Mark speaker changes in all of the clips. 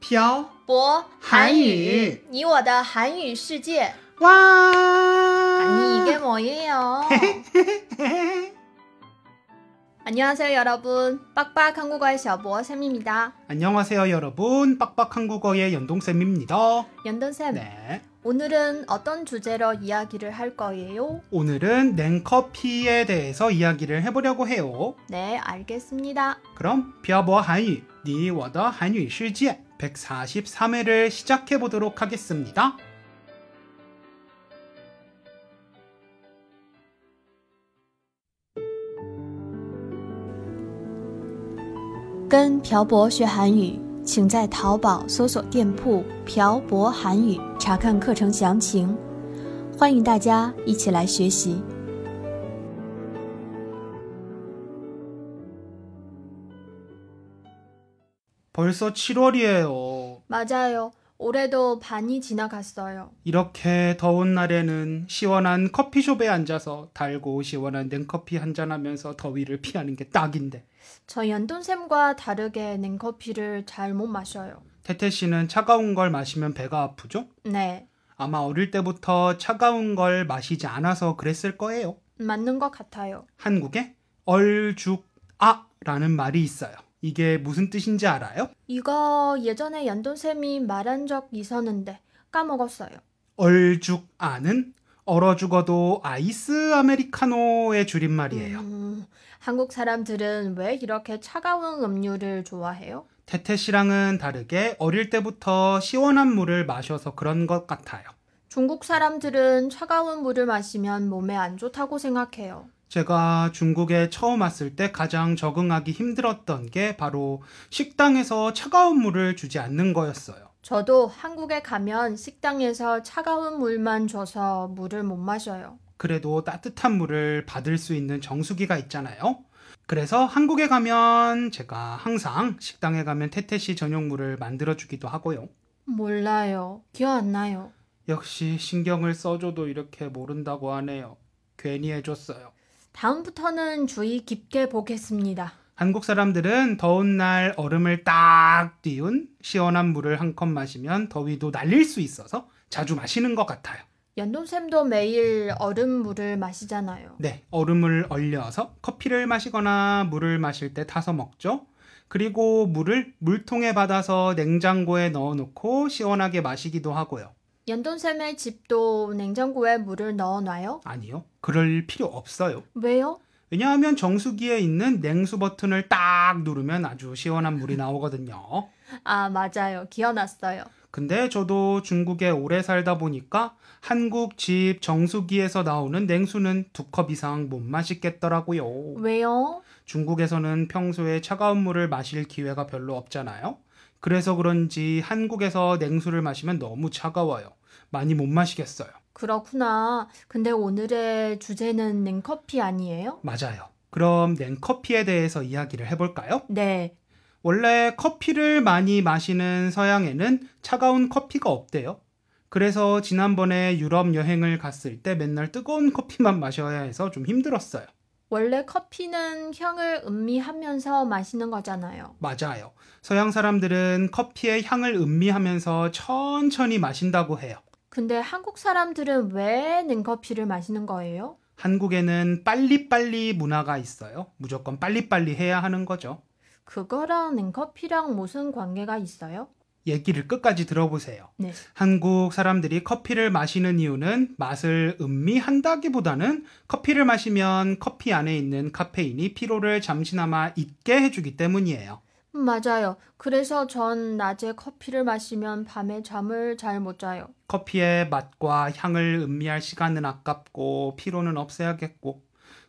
Speaker 1: 漂
Speaker 2: 博
Speaker 1: 韩语，
Speaker 2: 你我的韩语世界。
Speaker 1: 哇！
Speaker 2: 아니 이게 뭐예요? 안녕하세요 여러분. 빡빡 한국어의 셔보 쌤입니다.
Speaker 1: 안녕하세요 여러분 빡빡 한국어의 연동쌤입니다.
Speaker 2: 연돈 쌤,
Speaker 1: 네.
Speaker 2: 오늘은 어떤 주제로 이야기를 할 거예요?
Speaker 1: 오늘은 냉커피에 대해서 이야기를 해보려고 해요.
Speaker 2: 네, 알겠습니다.
Speaker 1: 그럼 벼버 한유 니워더 한유 실지에 143회를 시작해 보도록 하겠습니다.
Speaker 2: 跟朴博学韩语，请在淘宝搜索店铺“朴博韩语”查看课程详情。欢迎大家一起来学习。
Speaker 1: 벌써 7월이에요.
Speaker 2: 맞아요. 올해도 반이 지나갔어요.
Speaker 1: 이렇게 더운 날에는 시원한 커피숍에 앉아서 달고 시원한 냉커피 한잔하면서 더위를 피하는 게 딱인데.
Speaker 2: 저 연돈쌤과 다르게 냉커피를 잘 못 마셔요.
Speaker 1: 태태 씨는 차가운 걸 마시면 배가 아프죠?
Speaker 2: 네,
Speaker 1: 아마 어릴 때부터 차가운 걸 마시지 않아서 그랬을 거예요.
Speaker 2: 맞는 것 같아요.
Speaker 1: 한국에 얼죽아라는 말이 있어요. 이게 무슨 뜻인지 알아요?
Speaker 2: 이거 예전에 연돈쌤이 말한 적 있었는데 까먹었어요.
Speaker 1: 얼죽아는 얼어 죽어도 아이스 아메리카노의 줄임말이에요.
Speaker 2: 음, 한국 사람들은 왜 이렇게 차가운 음료를 좋아해요?
Speaker 1: 태태 씨랑은 다르게 어릴 때부터 시원한 물을 마셔서 그런 것 같아요.
Speaker 2: 중국 사람들은 차가운 물을 마시면 몸에 안 좋다고 생각해요.
Speaker 1: 제가 중국에 처음 왔을 때 가장 적응하기 힘들었던 게 바로 식당에서 차가운 물을 주지 않는 거였어요.
Speaker 2: 저도 한국에 가면 식당에서 차가운 물만 줘서 물을 못 마셔요.
Speaker 1: 그래도 따뜻한 물을 받을 수 있는 정수기가 있잖아요. 그래서 한국에 가면 제가 항상 식당에 가면 태태 씨 전용 물을 만들어 주기도 하고요.
Speaker 2: 몰라요. 기억 안 나요.
Speaker 1: 역시 신경을 써줘도 이렇게 모른다고 하네요. 괜히 해줬어요.
Speaker 2: 다음부터는 주의 깊게 보겠습니다.
Speaker 1: 한국 사람들은 더운 날 얼음을 딱 띄운 시원한 물을 한 컵 마시면 더위도 날릴 수 있어서 자주 마시는 것 같아요.
Speaker 2: 연돈쌤도 매일 얼음물을 마시잖아요.
Speaker 1: 네, 얼음을 얼려서 커피를 마시거나 물을 마실 때 타서 먹죠. 그리고 물을 물통에 받아서 냉장고에 넣어 놓고 시원하게 마시기도 하고요.
Speaker 2: 연돈쌤의 집도 냉장고에 물을 넣어놔요?
Speaker 1: 아니요, 그럴 필요 없어요.
Speaker 2: 왜요?
Speaker 1: 왜냐하면 정수기에 있는 냉수 버튼을 딱 누르면 아주 시원한 물이 나오거든요.
Speaker 2: 아, 맞아요. 기어났어요.
Speaker 1: 근데 저도 중국에 오래 살다 보니까 한국 집 정수기에서 나오는 냉수는 두 컵 이상 못 마시겠더라고요.
Speaker 2: 왜요?
Speaker 1: 중국에서는 평소에 차가운 물을 마실 기회가 별로 없잖아요. 그래서 그런지 한국에서 냉수를 마시면 너무 차가워요. 많이 못 마시겠어요.
Speaker 2: 그렇구나. 근데 오늘의 주제는 냉커피 아니에요?
Speaker 1: 맞아요. 그럼 냉커피에 대해서 이야기를 해볼까요?
Speaker 2: 네.
Speaker 1: 원래 커피를 많이 마시는 서양에는 차가운 커피가 없대요. 그래서 지난번에 유럽 여행을 갔을 때 맨날 뜨거운 커피만 마셔야 해서 좀 힘들었어요.
Speaker 2: 원래 커피는 향을 음미하면서 마시는 거잖아요.
Speaker 1: 맞아요. 서양 사람들은 커피의 향을 음미하면서 천천히 마신다고 해요.
Speaker 2: 근데 한국 사람들은 왜 냉커피를 마시는 거예요?
Speaker 1: 한국에는 빨리빨리 문화가 있어요. 무조건 빨리빨리 해야 하는 거죠.
Speaker 2: 그거랑 냉커피랑 무슨 관계가 있어요?
Speaker 1: 얘기를 끝까지 들어보세요.
Speaker 2: 네.
Speaker 1: 한국 사람들이 커피를 마시는 이유는 맛을 음미한다기보다는 커피를 마시면 커피 안에 있는 카페인이 피로를 잠시나마 잊게 해주기 때문이에요.
Speaker 2: 음, 맞아요. 그래서 전 낮에 커피를 마시면 밤에 잠을 잘 못 자요.
Speaker 1: 커피의 맛과 향을 음미할 시간은 아깝고 피로는 없애야겠고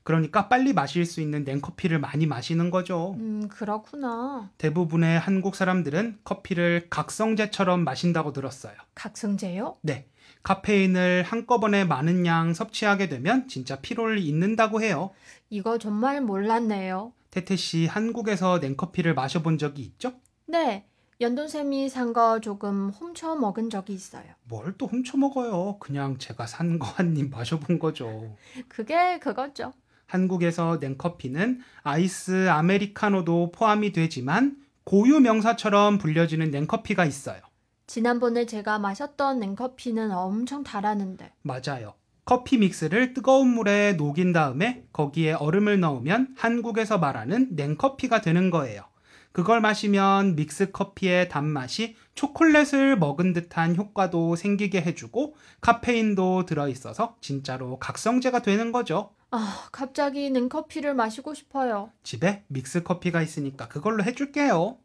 Speaker 1: 그러니까 빨리 마실 수 있는 냉커피를 많이 마시는 거죠.
Speaker 2: 음, 그렇구나.
Speaker 1: 대부분의 한국 사람들은 커피를 각성제처럼 마신다고 들었어요.
Speaker 2: 각성제요?
Speaker 1: 네. 카페인을 한꺼번에 많은 양 섭취하게 되면 진짜 피로를 잊는다고 해요.
Speaker 2: 이거 정말 몰랐네요.
Speaker 1: 태태 씨 한국에서 냉커피를 마셔본 적이 있죠?
Speaker 2: 네, 연돈쌤이 산 거 조금 훔쳐 먹은 적이 있어요.
Speaker 1: 뭘 또 훔쳐 먹어요. 그냥 제가 산 거 한 입 마셔본 거죠.
Speaker 2: 그게 그거죠.
Speaker 1: 한국에서 냉커피는 아이스 아메리카노도 포함이 되지만 고유 명사처럼 불려지는 냉커피가 있어요.
Speaker 2: 지난번에 제가 마셨던 냉커피는 엄청 달았는데
Speaker 1: 맞아요. 커피 믹스를 뜨거운 물에 녹인 다음에 거기에 얼음을 넣으면 한국에서 말하는 냉커피가 되는 거예요. 그걸 마시면 믹스 커피의 단맛이 초콜릿을 먹은 듯한 효과도 생기게 해주고 카페인도 들어있어서 진짜로 각성제가 되는 거죠.
Speaker 2: 아 갑자기 냉커피를 마시고 싶어요.
Speaker 1: 집에 믹스 커피가 있으니까 그걸로 해줄게요.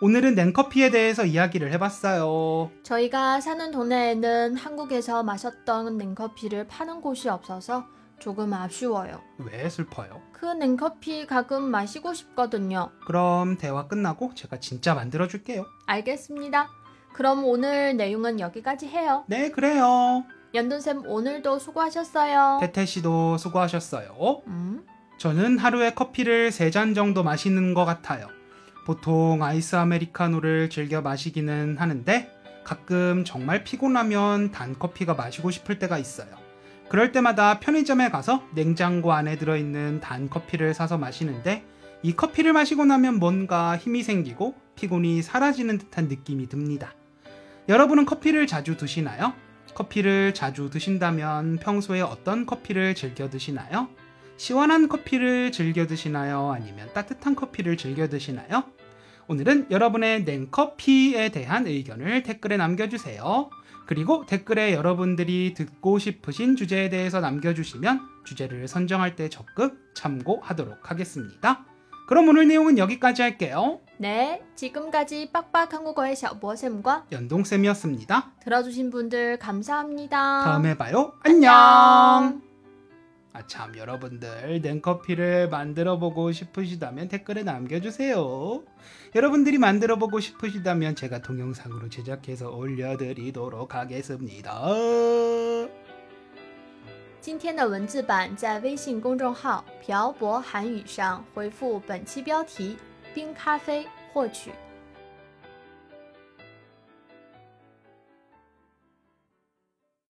Speaker 1: 오늘은 냉커피에 대해서 이야기를 해봤어요.
Speaker 2: 저희가 사는 동네에는 한국에서 마셨던 냉커피를 파는 곳이 없어서 조금 아쉬워요.
Speaker 1: 왜 슬퍼요?
Speaker 2: 그 냉커피 가끔 마시고 싶거든요.
Speaker 1: 그럼 대화 끝나고 제가 진짜 만들어줄게요.
Speaker 2: 알겠습니다. 그럼 오늘 내용은 여기까지 해요.
Speaker 1: 네, 그래요.
Speaker 2: 연돈쌤 오늘도 수고하셨어요.
Speaker 1: 태태 씨도 수고하셨어요.
Speaker 2: 음?
Speaker 1: 저는 하루에 커피를 3잔 정도 마시는 것 같아요. 보통 아이스 아메리카노를 즐겨 마시기는 하는데 가끔 정말 피곤하면 단커피가 마시고 싶을 때가 있어요. 그럴 때마다 편의점에 가서 냉장고 안에 들어있는 단커피를 사서 마시는데 이 커피를 마시고 나면 뭔가 힘이 생기고 피곤이 사라지는 듯한 느낌이 듭니다. 여러분은 커피를 자주 드시나요? 커피를 자주 드신다면 평소에 어떤 커피를 즐겨 드시나요? 시원한 커피를 즐겨 드시나요? 아니면 따뜻한 커피를 즐겨 드시나요? 오늘은 여러분의 냉커피에 대한 의견을 댓글에 남겨주세요. 그리고 댓글에 여러분들이 듣고 싶으신 주제에 대해서 남겨주시면 주제를 선정할 때 적극 참고하도록 하겠습니다. 그럼 오늘 내용은 여기까지 할게요.
Speaker 2: 네, 지금까지 빡빡 한국어의 샤보쌤과
Speaker 1: 연동쌤이었습니다.
Speaker 2: 들어주신 분들 감사합니다.
Speaker 1: 다음에 봐요. 안녕! 아 참 여러분들 냉커피를 만들어 보고 싶으시다면 댓글에 남겨주세요. 여러분들이 만들어 보고 싶으시다면 제가 동영상으로 제작해서 올려드리도록 하겠습니다.
Speaker 2: 今天的文字版在微信公众号“漂泊韩语”上回复本期标题“冰咖啡”获取。